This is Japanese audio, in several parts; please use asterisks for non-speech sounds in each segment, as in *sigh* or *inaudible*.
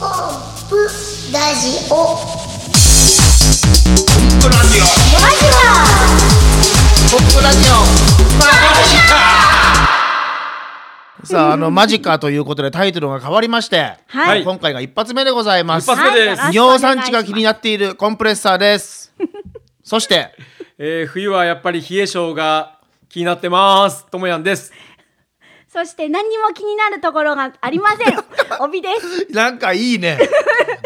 ップラジオポップラジラジオポップラジオ *laughs* さああのマジカということでタイトルが変わりまして、はい今回が一発目でございます一発目ですはい尿酸値が気になっているコンプレッサーです *laughs* そしてえー、冬はやっぱり冷え性が気になってます。ともやんです。そして何にも気になるところがありませ *laughs* ん。帯です。なんかいいね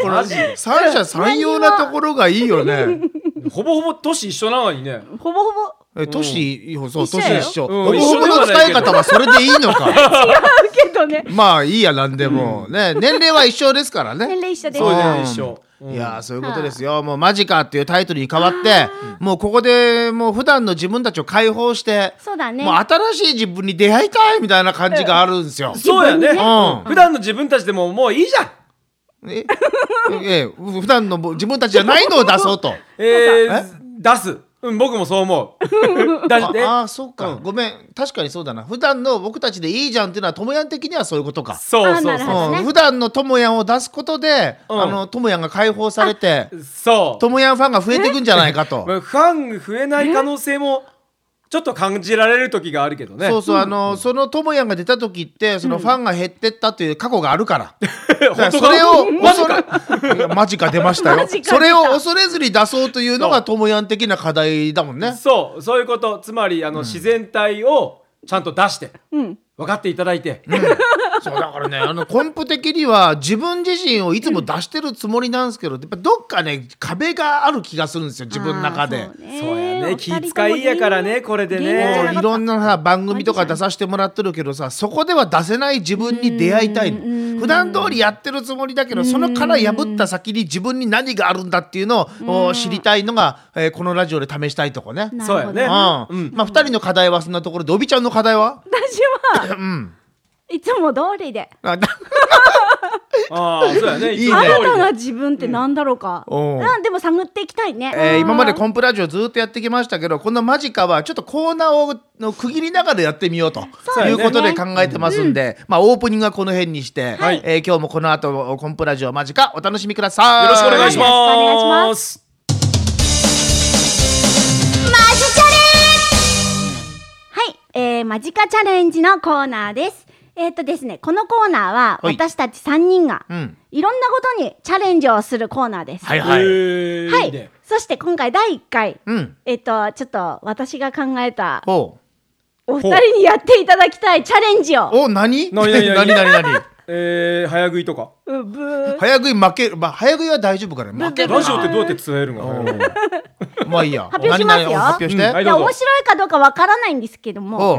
このマジ三者三様なところがいいよねほぼほぼ年一緒なのにね。ほぼほぼ。 *laughs* *laughs* え年そう一緒年やよ一緒うんほぼほぼの一緒ではな使いいけど方はそれでいいのか *laughs* け *laughs* どね。まあいいやなんでもね年齢は一緒ですからね年齢一緒でそうす。だうんね、一緒。うんいやーそういうことですよ、もうマジかっていうタイトルに変わって、もうここでもう普段の自分たちを解放して、そうだねもう新しい自分に出会いたいみたいな感じがあるんですよ。そうやね。自ね分うん普段の自分たちでももういいじゃん。ええ普段の自分たちじゃないのを出そうと。えー、出す。うん、僕もそう思う。出あして。あーそうか、ごめん確かにそうだな普段の僕たちでいいじゃんっていうのはともやん的にはそういうことか。そうそあうなるそほどねうん、普段のともやんを出すことで、うんあのともやんが解放されてう。そともやんファンが増えていくんじゃないか *laughs* とう。。ファン増えない可能性もちょっと感じられる時があるけどね。そうそう、あの、そのともやんが出た時って、そのファンが減ってったという過去がある *laughs* から。だから *laughs* 本当それ *laughs* をマジ恐かれ、い *laughs* やマジか出ましたよマジ。かそれを恐れずに出そうというのがともやん的な課題だもんね。そうそういうことつまりあの、自然体をちゃんと出して、分かっていただいて、 *laughs* そうだからね、あのコンプ的には自分自身をいつも出してるつもりなんですけど、やっぱどっかね壁がある気がするんですよ、自分の中で。あー。そうやね気遣いやからねこれでねもう芸人じゃいなかろっんなさ番組とか出させてもらってるけどさそこでは出せない自分に出会いたいの普段通りやってるつもりだけどその殻破った先に自分に何があるんだっていうのをお知りたいのが、えーこのラジオで試したいとこね。うんたそうやねなるほどまあ2人の課題はそんなところでおびちゃんの課題は私 *laughs* は、いつも通りで。あなああそうやねいいね新つも通りたでな自分ってなんだろうか。うんおううん、でも探っていきたいね。えー今までコンプラジオずっとやってきましたけどこのマジカはちょっとコーナーをの区切りながらやってみようとそいうですうねことで考えてますんで、まあ、オープニングはこの辺にして、はいえー今日もこの後コンプラジオマジカお楽しみください。よろしくお願いしよろしくお願いしま。ますはい、えー、マジカチャレンジのコーナーです。えーっとですね、このコーナーははい私たち3人がうんいろんなことにチャレンジをするコーナーです。はいは。はいい。ははいそして今回第1回、うん。えっと、ちょっと私が考えたおうお二人にやっていただきたいチャレンジを、おう何？何何何 *laughs* 何何何えー、早食いとか。うぶー早食い負けるまあ早食いは大丈夫から負けるなラジオってどうやって伝えるのうんまあいいや。発表しますよ何々発表して。うんはいいやどうぞ面白いかどうかわからないんですけどもおう、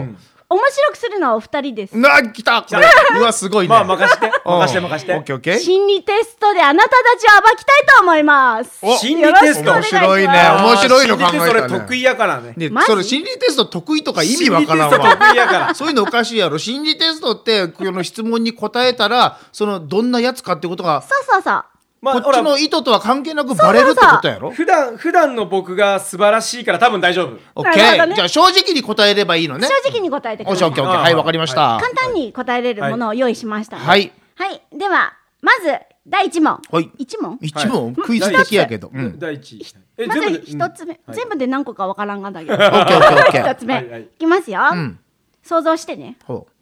面白くするのはお二人ですな来た。 *laughs* これうわすごいね。まあ任してうん任して任しオッて。ケーオッケー。心理テストであなたたちを暴きたいと思いますお心理テスト面白いね。面白いの考えあー心理テたストそれ得ね。意やからね。ねマジそれ心理テスト得意とか意味わからん心理テストわ。得意やから。そういうのおかしいやろ心理テストってこの質問に答えたらそのどんなやつかってことがそうそうそうまあこっちほのら意図とは関係なくバレるってことやろ普段普段の僕が素晴らしいから多分大丈夫。オうそッうケなるほどーねじゃあ正直に答えればいいのね正直に答えてくおだっしゃさオいッケーオッケーあーはいわかりました簡単に答えれるものを用意しましたのではいはいではまず第一問はい一問一問クイズ的やけどうん第一。えまずで一つ目うんはい全部で何個かわからんがんだけどオッケーオッケーオッケ一ーつはいは目いいきますよん想像してねほう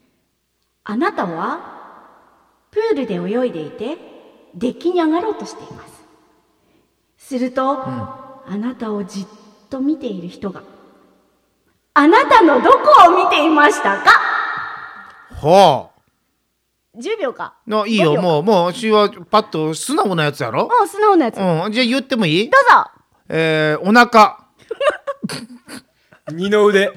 あなたはプールで泳いでいてデッキに上がろうとしていますすると、あなたをじっと見ている人があなたのどこを見ていましたかほ10秒かうのいいよもうもう私はパッと素直なやつやろもう素直なやつ、うどうんじゃあ言ってもいいぞえーお腹二の腕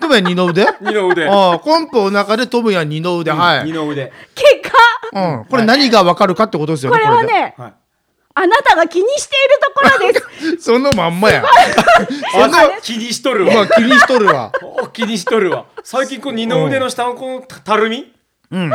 トムヤ二の腕二の腕。ああコンプお腹でトムヤ二の腕はい二の腕。結果うん、これ何がわかるかってことですよこね。れはねはい。あなたが気にしているところですこれでそのまんまや。あの気にしとるまあわ。気にしとるわ。お気にしとるわ。最近こう二の腕の下のこのたたるみうん、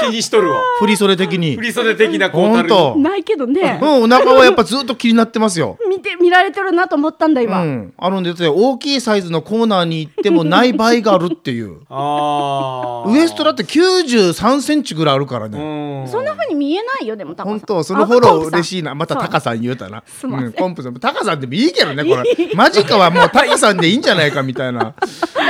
気にしとるわ。振り袖的に振。り袖的なこうた本るみ。。当。うん、ないけどねお腹はやっぱずっと気になってますよ。見て見られてるなと思ったんだう今、ん、あのね、だって大きいサイズのコーナーに行ってもない場合があるっていうああ。ウエストだって93センチぐらいあるからね。うん。そんな風にに見えないよでもタカさん本当そのフォロー嬉いしいなまたタカさん言うたなすいませんうんコンプさんタカさんでもいいけどねこれマジかはもうタカさんでいいんじゃないかみ *laughs* たいな、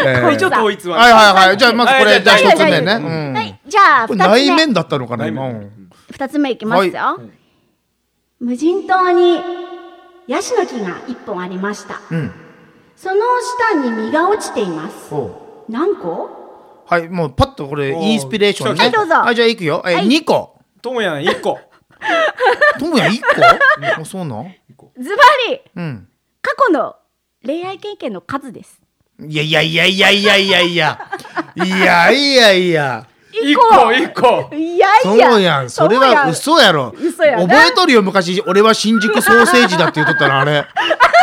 えー一応統一は。はいはいはいじゃあまずこはれいじゃあ一つ目ね、はうんはいじゃあこれ2内つ目面だったのかな内今、面うん二つ目いきますよ、は無人島にヤシの木が一本ありました、んその下に実が落ちています何個はいもうパッとこれおーインスピレーションねはいどうぞじゃあいくよえはい二個ともやん一個。ともや *laughs* 一個あそうなんズバリうん過去の恋愛経験の数ですいやいやいやいやいやいやいやいやいやいや一個一個。いやそいやうやんそれはそう嘘やろ嘘やな覚えとるよ昔俺は新宿ソーセージだって言っとったらあ *laughs* れ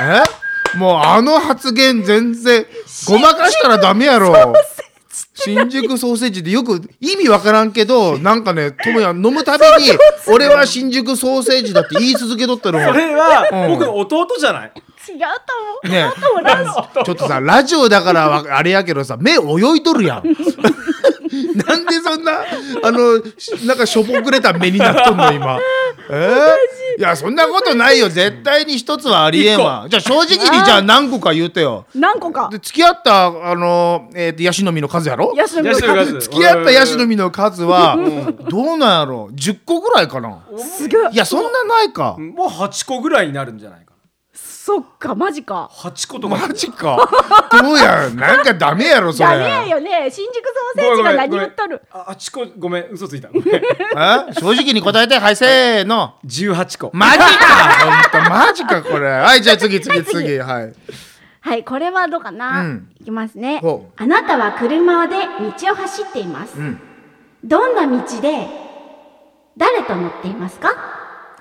えもうあの発言全然ごまかしたらダメやろ新宿ソーセージってよく意味わからんけどなんかねともや飲むたび *laughs* に俺は新宿ソーセージだって言い続けとったのそれうはん僕の弟じゃない。違うと思う、ねともラジ *laughs* ちょっとさラジオだからわあれやけどさ目泳いとるやん *laughs* なんでそんなあのしなんかしょぼくれた目になっとんの今えー、いやそんなことないよ絶対に一つはありえんわじゃあ正直にじゃあ何個か言うてよ何個かで付き合ったあの、えーと、ヤシの実の数やろヤシのヤ実シのの実付き合ったヤシの実の数はどうなんやろ10個ぐらいかな数すげえいやそんなないかもう八個ぐらいになるんじゃないかな。そっかマジか八個とか。マジかどうやなんかダメやろそれダメやよね新宿ソーセージが何言っとるあ八個ごめん嘘ついた。ごめんえ正直に答えてはいせーの十八個。マジか本当マジかこれはいじゃあ次次次はいはいこれはどうかな、うんいきますねほうあなたは車で道を走っています、んどんな道で誰と乗っていますか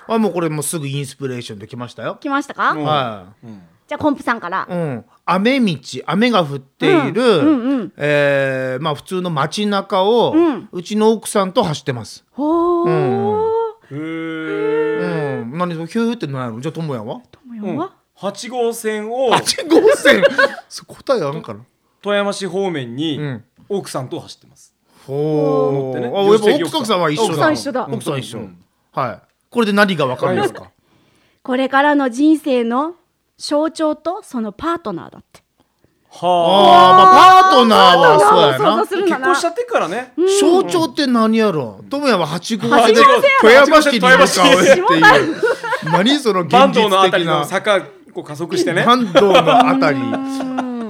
あもうこれもうすぐインスピレーションできましたよ来ましたか、もうはじゃあコンプさんからい、うん、雨道雨が降っている、うんうんうんえーまあ普通の街中を、ううんちの奥さんと走ってますほーへーうん何ヒューってなるのじゃあともやはともようんは八号線を8号線そ答えあるんかな富山市方面にうん奥さんと走ってます。ほーう、ねあやっぱ女性奥奥さんさんは一緒だ奥さん一緒だ奥さん一緒、うんはいこれで何がわかるんですかこれからの人生の象徴とそのパートナーだってはああ、まあ、あ。パートナーはそうや想な像するんだ結な婚しちゃってからね。象徴って何やろともやは八号八線号で線富山市に向かうって富いう何その現坂東実のあた的りのな坂を加速してね。関東のあたりえ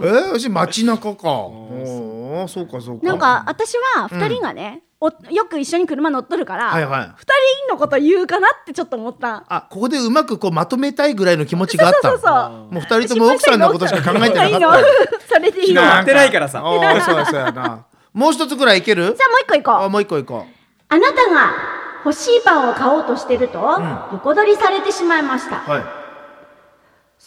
ー、私街中かおーそうかそうかなんか私は二人がね、およく一緒に車乗っとるから、はいはい二人のこと言うかなってちょっと思ったあここでうまくこうまとめたいぐらいの気持ちがあったそうそうそうもう二人とも奥さんのことしか考えてなかっいたいのそれでいいのさ昨日あやってないからさおーそうやそうやなもう一つぐらいいけるもう一個行こうあもう一個いこあなたが欲しいパンを買おうとしてると、ん横取りされてしまいましうた。はい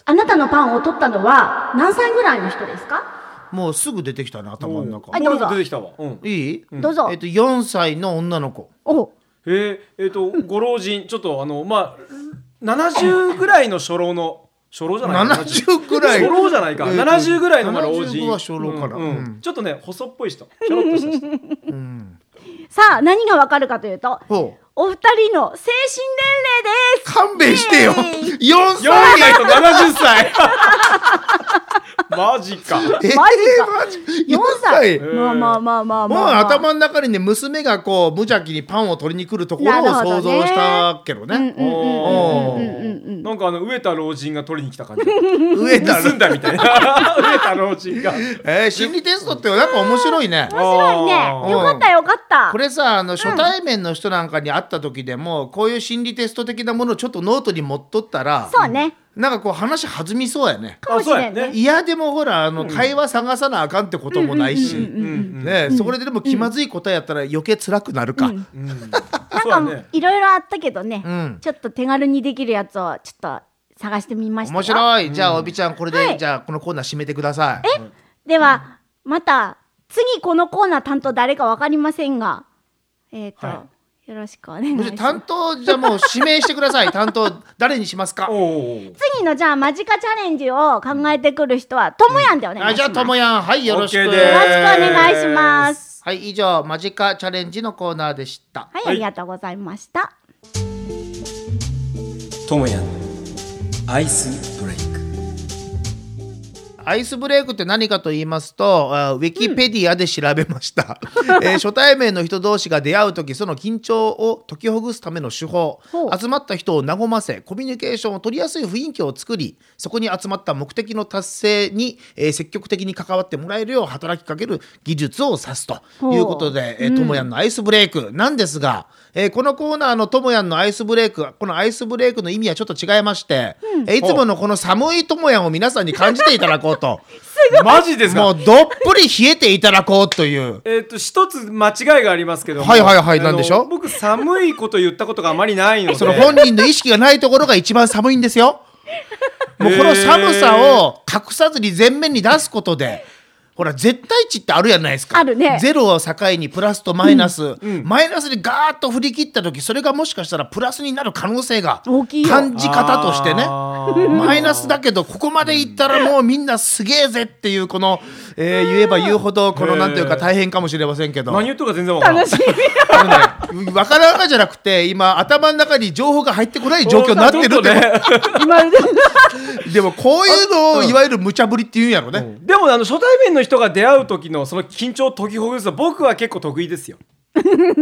あなたのパンを取ったのは何歳ぐらいの人ですかもうすぐ出てきたね頭の中はいもどううぞ出てきたわ。うん。いい、どうぞえっと4歳の女の子おえー、えー、とご老人ちょっとあのまあ70ぐらいの初老の初老じゃないか70くらい初老じゃないか、えーと70ぐらいのまあ老人75は初老かなうんうんうんちょっとね細っぽい人ひょろっとした *laughs* 人さあ、何がわかるかというと、ほうお二人の精神勘弁してよイ4 4歳歳と70歳マジか *laughs* えーママジ4歳年齢です。まあまあまあまあまもうあ、まあ。頭の中にね娘がこう無邪気にパンを取りに来るところをなるほど想ね像したけどうんねうんおうんうんうんうんうーんなんかあの飢えた老人が取りに来た感じ上だ盗んだみたいな *laughs* 飢えた老人がえー心理テストってなんか面白いね面白いあね。ーよかったよかった。これさあの初対面の人なんかに会った時でもこういう心理テスト的なものをちょっとノートに持っとったらそうね。なんかこう話弾みそうやねかもしれんねあそうやねいやでもほらあの、会話探さなあかんってこともないし、うんうんねそれででも気まずい答えやったら余計辛くなるか、うんなんなんかもういろいろあったけどね、うんちょっと手軽にできるやつをちょっと探してみましたよ。面白いじゃあおびちゃんこれで、はいじゃあこのコーナー締めてくださいえでは、また次このコーナー担当誰かわかりませんが、えっ、と、はよろしくお願いします担。当じゃあもう指名してください担当 *laughs* 誰にしますかおおー次のじゃあマジカチャレンジを考えてくる人はともやんでお願いします。あじゃあともやんはいよろしくオッケよーでろしくお願いします。はい、以上、マジカチャレンジのコーナーでした。はい、はいありがとうございました。ともやんアイスブレイクアイスブレイクって何かと言いますと、あウィキペディアで調べました、えー初対面の人同士が出会う時その緊張を解きほぐすための手法ほう集まった人を和ませコミュニケーションを取りやすい雰囲気を作りそこに集まった目的の達成に、えー積極的に関わってもらえるよう働きかける技術を指すということで、えー、ともやんのアイスブレイクなんですが、えーこのコーナーのともやんのアイスブレイクこのアイスブレイクの意味はちょっと違いまして、えーいつものこの寒いともやんを皆さんに感じていただこうと。マジですもかうどっぷり冷えていただこうという。えっと一つ間違いがありますけどもはいはいはいあのなんでしょう僕寒いこと言ったことがあまりないのでその本人の意識がないところが一番寒いんですよ。もうこの寒さを隠さずに前面に出すことで。ほら絶対値ってあるじゃないですかあるねゼロを境にプラスとマイナス、マイナスにガーッと振り切った時それがもしかしたらプラスになる可能性が大きいよ感じ方としてねあマイナスだけどここまでいったらもうみんなすげえぜっていうこの、えー言えば言うほどこのなんていうか大変かもしれませんけど何言っとるか全然わからん楽しみ。あのね、わからんがじゃなくて今頭の中に情報が入ってこない状況になってるそっうだちてょっとね今腕が *laughs* でもこういうのをいわゆる無茶ぶりって言うんやろね、でもあの初対面の人が出会う時のその緊張を解きほぐすの僕は結構得 *laughs* 意ですよ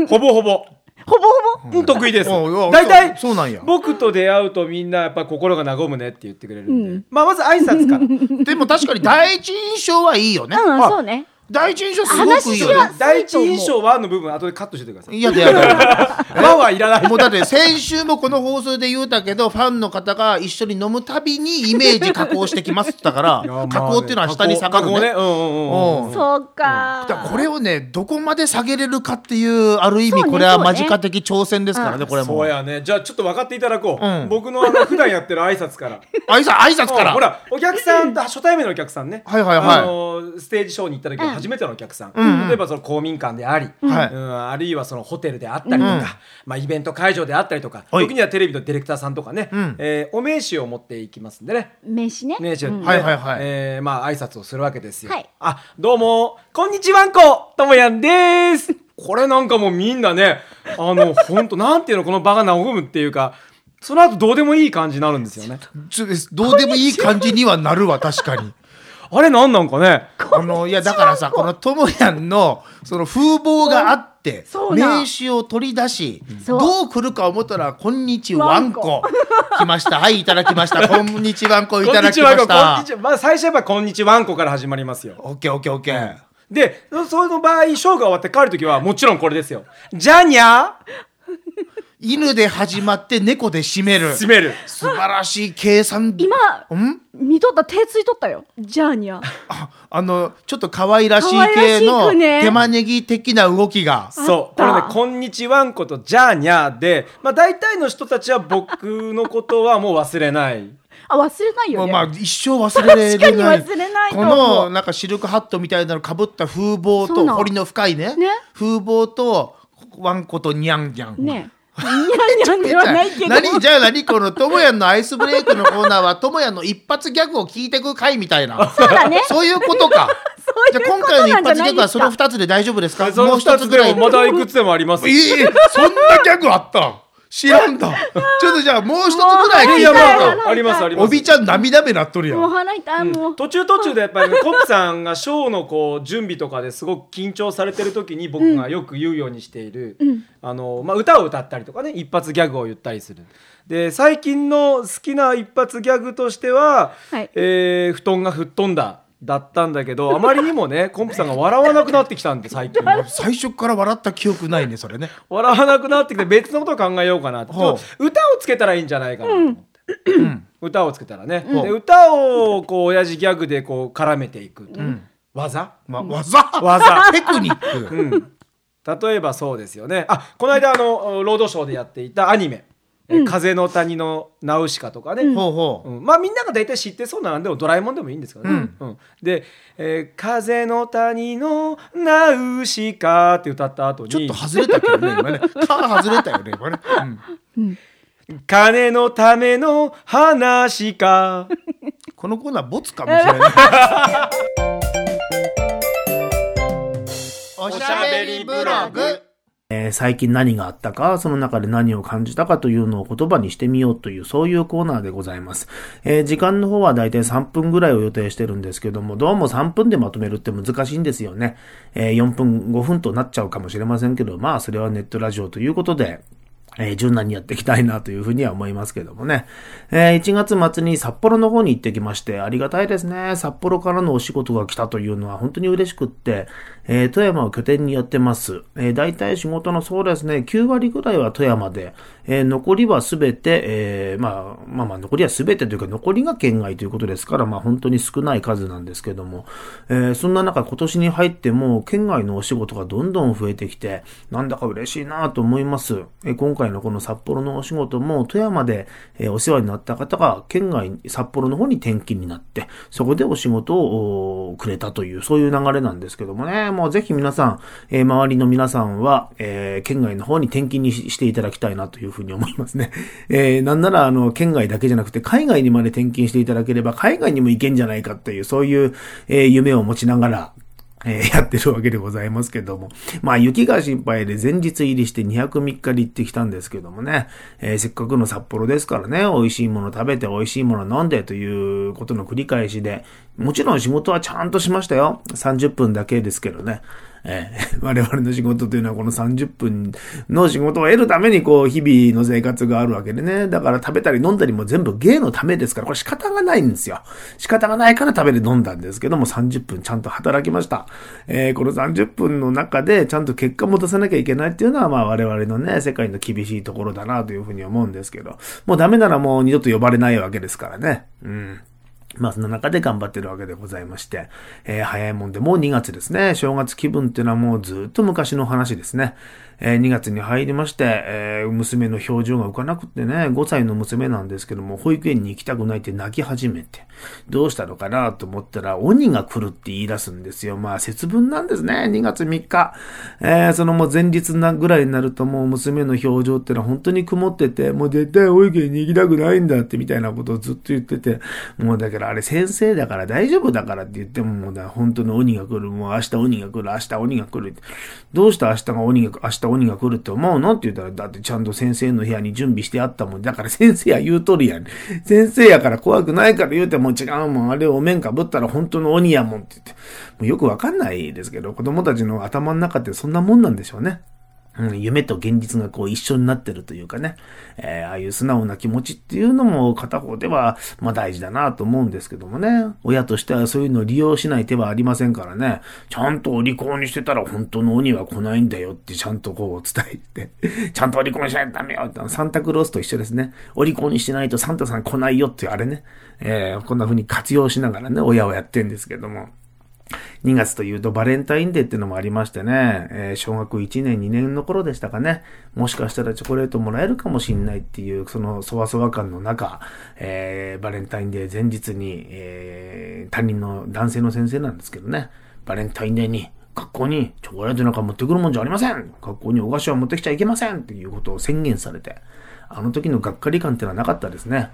ほぼほぼほぼほぼ。うん得意ですおうおう大体そうそうなんや僕と出会うとみんなやっぱ心が和むねって言ってくれるんで、まあ、まず挨拶からでも確かに第一印象はいいよね、うん、そうね。第一印象すごくいい話しよやね第一印象はの部分後でカットしててくださいいやだやだ和はいらないもうだって先週もこの放送で言うたけどファンの方が一緒に飲むたびにイメージ加工してきますって言ったか *laughs* いやまらあ加工っていうのは下に下がるね加工ねうんうんうんうんそうか。だからこれをねどこまで下げれるかっていうある意味そうねこれはそうね間近的挑戦ですからねこれもそう挨やねじゃあちょっと分かっていただこう、うん僕のあの普段やってる挨拶から拶挨拶からうんほらお客さんと初対面のお客さんねはいはいはいあのーステージショーに行った時の初めてのお客さん、例えばその公民館であり、はいうんあるいはそのホテルであったりとか、うんまあ、イベント会場であったりとかはい時にはテレビのディレクターさんとかね、うんえーお名刺を持っていきますんでね名刺ね。ねえ、ちょっとねはいはいはいえーまあ挨拶をするわけですよ。はいあ、どうも、こんにちはんこ、ともやんです。これなんかもうみんなね、あの、 *laughs* ほんと、なんていうの、この場が和むっていうか、その後どうでもいい感じになるんですよね。そうですどうでもいい感じにはなるわ確かに。あれなんなんかね。あのいやだからさこのともやんのその風貌があってそうな名刺を取り出しそうどう来るか思ったら「こんにちわんこ」来ましたはいいただきま *laughs* した「こんにちわんこ」いただきまこんにしちはんこ、こんたにちは。まあ最初はやっぱこんにちはんこから *laughs* 始まりますよ。オッケーオッケーオッケーで、そその場合、ショーが終わって帰るときは、もちろんこれですよ。じゃにゃ犬で始まって猫で締めるー素詰める。晴らしい計算今、ん見とった手ついとったよ。じゃあにゃ。ああのちょっと可愛らしい可愛ら系しのくね手招き的な動きがそうこあっれたね「こんにちはんこ」と「じゃあにゃ」で、まあ、大体の人たちは僕のことはもう忘 *laughs* れないあ、忘れないよもうね。まあ一生忘れられない確かに忘れないとこ思うのなんかシルクハットみたいなのかぶった風貌そうとなん彫りの深いねね風貌とワンコとニャンギャン。ねえ。にゃんにゃんではないけど。何じゃあ何このともやんのアイスブレイクのコーナーはともやんの一発ギャグを聞いてく回みたいなそうだね。そういうことかそういうじゃあ今こ回との一なんじゃ発ギなャいグではすそのか。二つで大丈夫ですかそものう一2つつぐぐららいいまだいくつでもありますえよえそんなギャグあったん知らんだちょっとじゃあもう一つぐらい聞いいてやもらおういまかやあありますありますおびちゃん涙目なっとるやんもう腹痛い、もう。途中途中でやっ *laughs* ぱりね、コップさんがショーのこう準備とかですごく緊張されてる時に僕がよく言うようにしている、あのまあ、歌を歌ったりとかね一発ギャグを言ったりするで最近の好きな一発ギャグとしては「はいえー布団が吹っ飛んだ」だったんだけどあまりにも *laughs* ねコンプさんが笑わなくなってきたんで最近最初から笑った記憶ないねそれね笑わなくなってきて別のことを考えようかなってちほょうっと歌をつけたらいいんじゃないかなと思って。歌をつけたらね、うんで歌をこう親父ギャグでこう絡めていくという技、まあ、技技テクニック、うん例えばそうですよねあこの間あのロードショーでやっていたアニメ「え風の谷のナウシカ」とかね、ほうほう、うんまあみんなが大体知ってそうなのでもドラえもんでもいいんですけどね。うんで、えー風の谷のナウシカ」って歌った後にちょっと外れたけどね今ねか外れたよね今ね、うん金のための話か。このコー *laughs* ナーボツかもしれないおしゃべりブログ。えー最近何があったか、その中で何を感じたかというのを言葉にしてみようという、そういうコーナーでございます。えー時間の方はだいたい3分ぐらいを予定してるんですけども、どうも3分でまとめるって難しいんですよね。えー4分、5分となっちゃうかもしれませんけど、まあ、それはネットラジオということで、えー柔軟にやっていきたいなというふうには思いますけどもね。えー1月末に札幌の方に行ってきまして、ありがたいですね。札幌からのお仕事が来たというのは本当に嬉しくって、えー富山を拠点にやってます。えー大体仕事のそうですね、9割ぐらいは富山で、えー残りはすべて、えーまあ、まあまあ残りはすべてというか残りが県外ということですから、まあ本当に少ない数なんですけども、えーそんな中今年に入っても県外のお仕事がどんどん増えてきて、なんだか嬉しいなと思います。えー今回のこの札幌のお仕事も富山で、えーお世話になった方が県外、札幌の方に転勤になって、そこでお仕事をおーくれたという、そういう流れなんですけどもね、もうぜひ皆さん、えー周りの皆さんは、えー県外の方に転勤にししていただきたいなというふうに思いますね。 *laughs* えーなんなら、あの、県外だけじゃなくて、海外にまで転勤していただければ、海外にも行けんじゃないかっていう、そういう、えー夢を持ちながら、えーや *laughs* ってるわけでございますけども。まあ、雪が心配で前日入りして203日で行ってきたんですけどもね、えーせっかくの札幌ですからね、美味しいもの食べて美味しいもの飲んでということの繰り返しで、もちろん仕事はちゃんとしましたよ。30分だけですけどね。え *laughs* ー我々の仕事というのはこの30分の仕事を得るためにこう日々の生活があるわけでね。だから食べたり飲んだりも全部芸のためですから、これ仕方がないんですよ。仕方がないから食べて飲んだんですけども、30分ちゃんと働きました。えーこの30分の中でちゃんと結果も出さなきゃいけないっていうのは、まあ我々のね、世界の厳しいところだなというふうに思うんですけど、もうダメならもう二度と呼ばれないわけですからね。うん。まあ、その中で頑張ってるわけでございまして、えー早いもんでもう2月ですね。正月気分っていうのはもうずっと昔の話ですね。え2月に入りまして、えー娘の表情が浮かなくってね、5歳の娘なんですけども、保育園に行きたくないって泣き始めて、どうしたのかなと思ったら、鬼が来るって言い出すんですよ。まあ、節分なんですね。2月3日。えーそのもう前日なぐらいになるともう娘の表情ってのは本当に曇ってて、もう絶対保育園に行きたくないんだってみたいなことをずっと言ってて、もうだからあれ先生だから大丈夫だからって言っても、もうだ本当に鬼が来る、もう明日鬼が来る、明日鬼が来るって。どうして明日が鬼が、明日鬼が来るって思うのって言ったら、だってちゃんと先生の部屋に準備してあったもん。だから先生や言うとるやん。先生やから怖くないから言うても違うもん。あれお面かぶったら本当の鬼やもんって言って。もうよくわかんないですけど、子供たちの頭の中ってそんなもんなんでしょうね。うん、夢と現実がこう一緒になってるというかね、えーああいう素直な気持ちっていうのも片方では、まあ大事だなと思うんですけどもね、親としてはそういうのを利用しない手はありませんからね、ちゃんとお利口にしてたら本当の鬼は来ないんだよってちゃんとこう伝えて、 *laughs* ちゃんとお利口にしないとダメよって、あのサンタクロースと一緒ですね、お利口にしてないとサンタさん来ないよっていうあれね、えーこんな風に活用しながらね、親をやってんですけども。2月というとバレンタインデーってのもありましてね、えー小学1年2年の頃でしたかね、もしかしたらチョコレートもらえるかもしんないっていう、そのそわそわ感の中、えーバレンタインデー前日に、えー担任の男性の先生なんですけどね、バレンタインデーに学校にチョコレートなんか持ってくるもんじゃありません学校にお菓子は持ってきちゃいけませんっていうことを宣言されて、あの時のがっかり感ってのはなかったですね。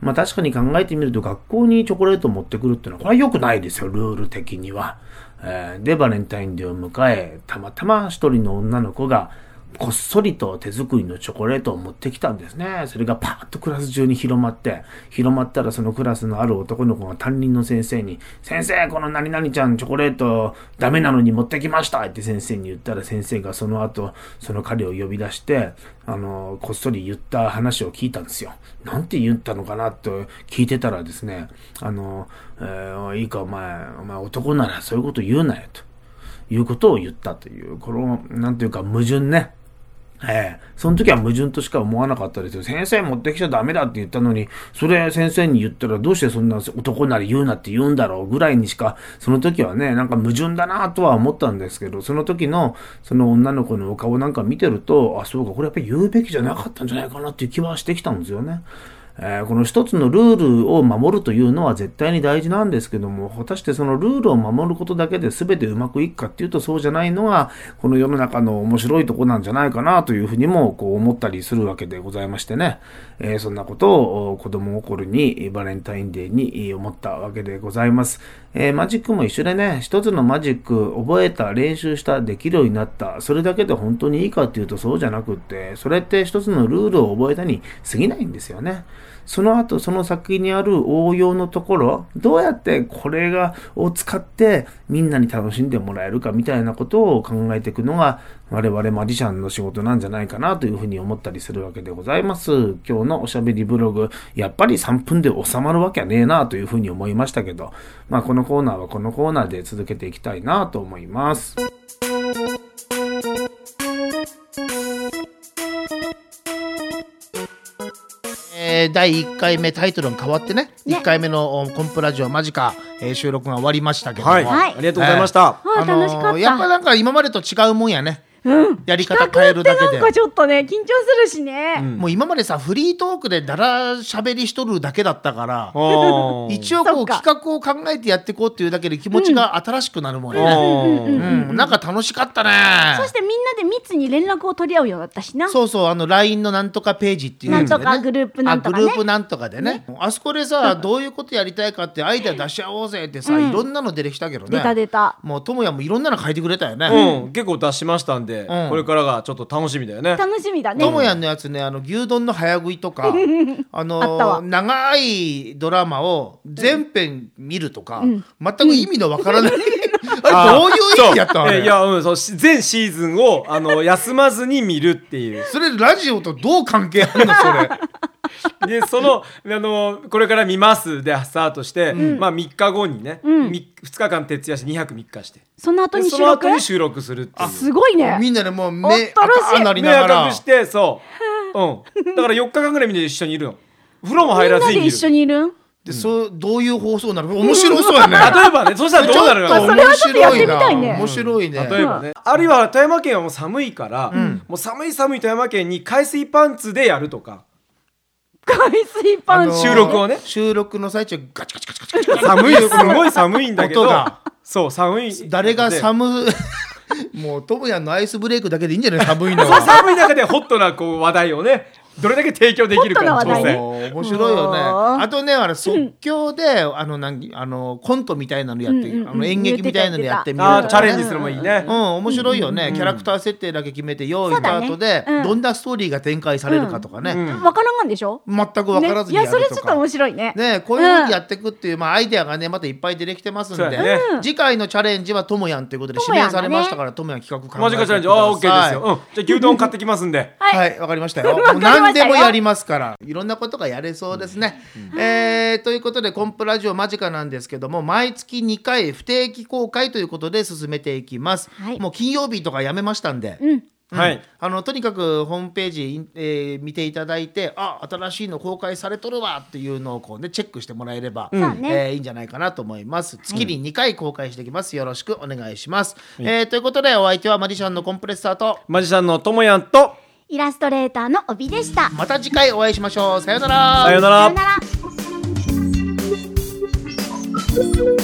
まあ確かに考えてみると学校にチョコレートを持ってくるってのはこれは良くないですよ、ルール的には。えーで、バレンタインデーを迎え、たまたま一人の女の子がこっそりと手作りのチョコレートを持ってきたんですね。それがパーッとクラス中に広まって、広まったらそのクラスのある男の子が担任の先生に、先生、この何々ちゃんチョコレートダメなのに持ってきましたって先生に言ったら先生がその後、その彼を呼び出して、あの、こっそり言った話を聞いたんですよ。なんて言ったのかなと聞いてたらですね、あの、えーいいかお前、お前男ならそういうこと言うなよと。いうことを言ったという、この、なんていうか矛盾ね。ええその時は矛盾としか思わなかったですよ。先生持ってきちゃダメだって言ったのに、それ先生に言ったらどうしてそんな男なり言うなって言うんだろうぐらいにしか、その時はね、なんか矛盾だなとは思ったんですけど、その時のその女の子のお顔なんか見てると、あ、そうか、これやっぱり言うべきじゃなかったんじゃないかなっていう気はしてきたんですよね。えーこの一つのルールを守るというのは絶対に大事なんですけども、果たしてそのルールを守ることだけで全てうまくいくかっていうとそうじゃないのが、この世の中の面白いとこなんじゃないかなというふうにもこう思ったりするわけでございましてね、えーそんなことをお子供心にバレンタインデーにえー思ったわけでございます。えーマジックも一緒でね、一つのマジック覚えた、練習した、できるようになった、それだけで本当にいいかっていうとそうじゃなくって、それって一つのルールを覚えたに過ぎないんですよね。その後、その先にある応用のところ、どうやってこれが、を使ってみんなに楽しんでもらえるかみたいなことを考えていくのが我々マジシャンの仕事なんじゃないかなというふうに思ったりするわけでございます。今日のおしゃべりブログ、やっぱり3分で収まるわけはねえなというふうに思いましたけど、まあこのコーナーはこのコーナーで続けていきたいなと思います。えー第1回目タイトルが変わってねね1回目のおコンプラジオ間近、えー収録が終わりましたけども、はい、はいありがとうございました、あー楽しかったやっぱなんか今までと違うもんやねうんやり方変えるだけ企画ってでなんかちょっとね緊張するしね、うんもう今までさフリートークでだらしゃべりしとるだけだったからあー一応こそうっか企画を考えてやっていこうっていうだけで気持ちが新しくなるもんあね、ーうんなんか楽しかったねそしてみんなで密に連絡を取り合うようだったしなそうそうあの LINE のなんとかページっていうやつで、ね、なんとかグループなんとかねあグループなんとかでねあそこでさどういうことやりたいかってアイデア出し合おうぜってさ、いろんなの出てきたけどね出た出たもう智也もいろんなの書いてくれたよね、うん、結構出しましたんで、うんこれからがちょっと楽しみだよね。楽しみだねともやんのやつねあの牛丼の早食いと *laughs* かああったのわ長いドラマを全編見るとか、全く意味のわからない *laughs* あれどういう意味やったのあえれいや、うん、そう、し全シーズンを、あの、 *laughs* 休まずに見るっていう。それラジオとどう関係あるのそれで、その、あの、これから見ますで、スタートして、まあ、3日後にね、うんみ2日間徹夜して2泊3日して。その後でにそ収の後録に収録するっていう。すごいねみんなでもう目恐ろしい赤になり目なが赤らくし *laughs* て、そう。うん。だから4日間ぐらいみんなで一緒にいるの。風呂もみ入んらずなにで見る。一緒にいるでそうどういう放送なの面白そうや *laughs* ね例えばね、そしたらどうなるちょっとかそれはちょっとやってみたいね面白いな面白い例えねばね、あるいは富山県はもう寒いから、もう寒い寒い富山県に海水パンツでやるとか海水パンあチのー収録をね収録の最中ガチガチガチガチガチ *laughs* 寒いすごい寒いんだけど音がそう寒い誰がい寒 *laughs* もうトムヤンのアイスブレイクだけでいいんじゃない寒いの *laughs* は寒い中でホットなこう話題をねどれだけ提供できるかのホットな挑話題そね戦う面白いよねうんあとねあれ即興であのなんあのコントみたいなのやって、うんうんうんあの演劇みたいなのやってみるとかあねーチャレンジするのもいいねうん、面白いよね、キャラクター設定だけ決めて用意した後で、そうだねうんどんなストーリーが展開されるかとかね、うんうんわからんがんでしょ全く分からずにやね、いるやとか、それちょっと面白いねねこういうふうにやっていくっていう、まあ、アイデアがねまたいっぱい出てきてますんそうで、やね次回のチャレンジはともやんということでと指も名やんがさねれましたからともやん企画考えマてジくだカチャさレいンジあー OK ですよ、うん、じゃあ牛丼買ってきますんではいはい、わかりました *laughs* よ。もうかりましたよ何でもやりますから、いろんなことがやれそうですね。えーということで、コンプラジオ間近なんですけども、毎月2回不定期公開ということで進めていきます。はいもう金曜日とかやめましたんで。うんはいあのとにかくホームページ、えー見ていただいてあ新しいの公開されとるわっていうのをこう、ね、チェックしてもらえれば、んそうねえーいいんじゃないかなと思います月に2回公開していきますよろしくお願いします、えーということでお相手はマディシャンのコンプレッサーとマジシャンのともやんとイラストレーターの帯でしたまた次回お会いしましょうさようならさようなさらよなら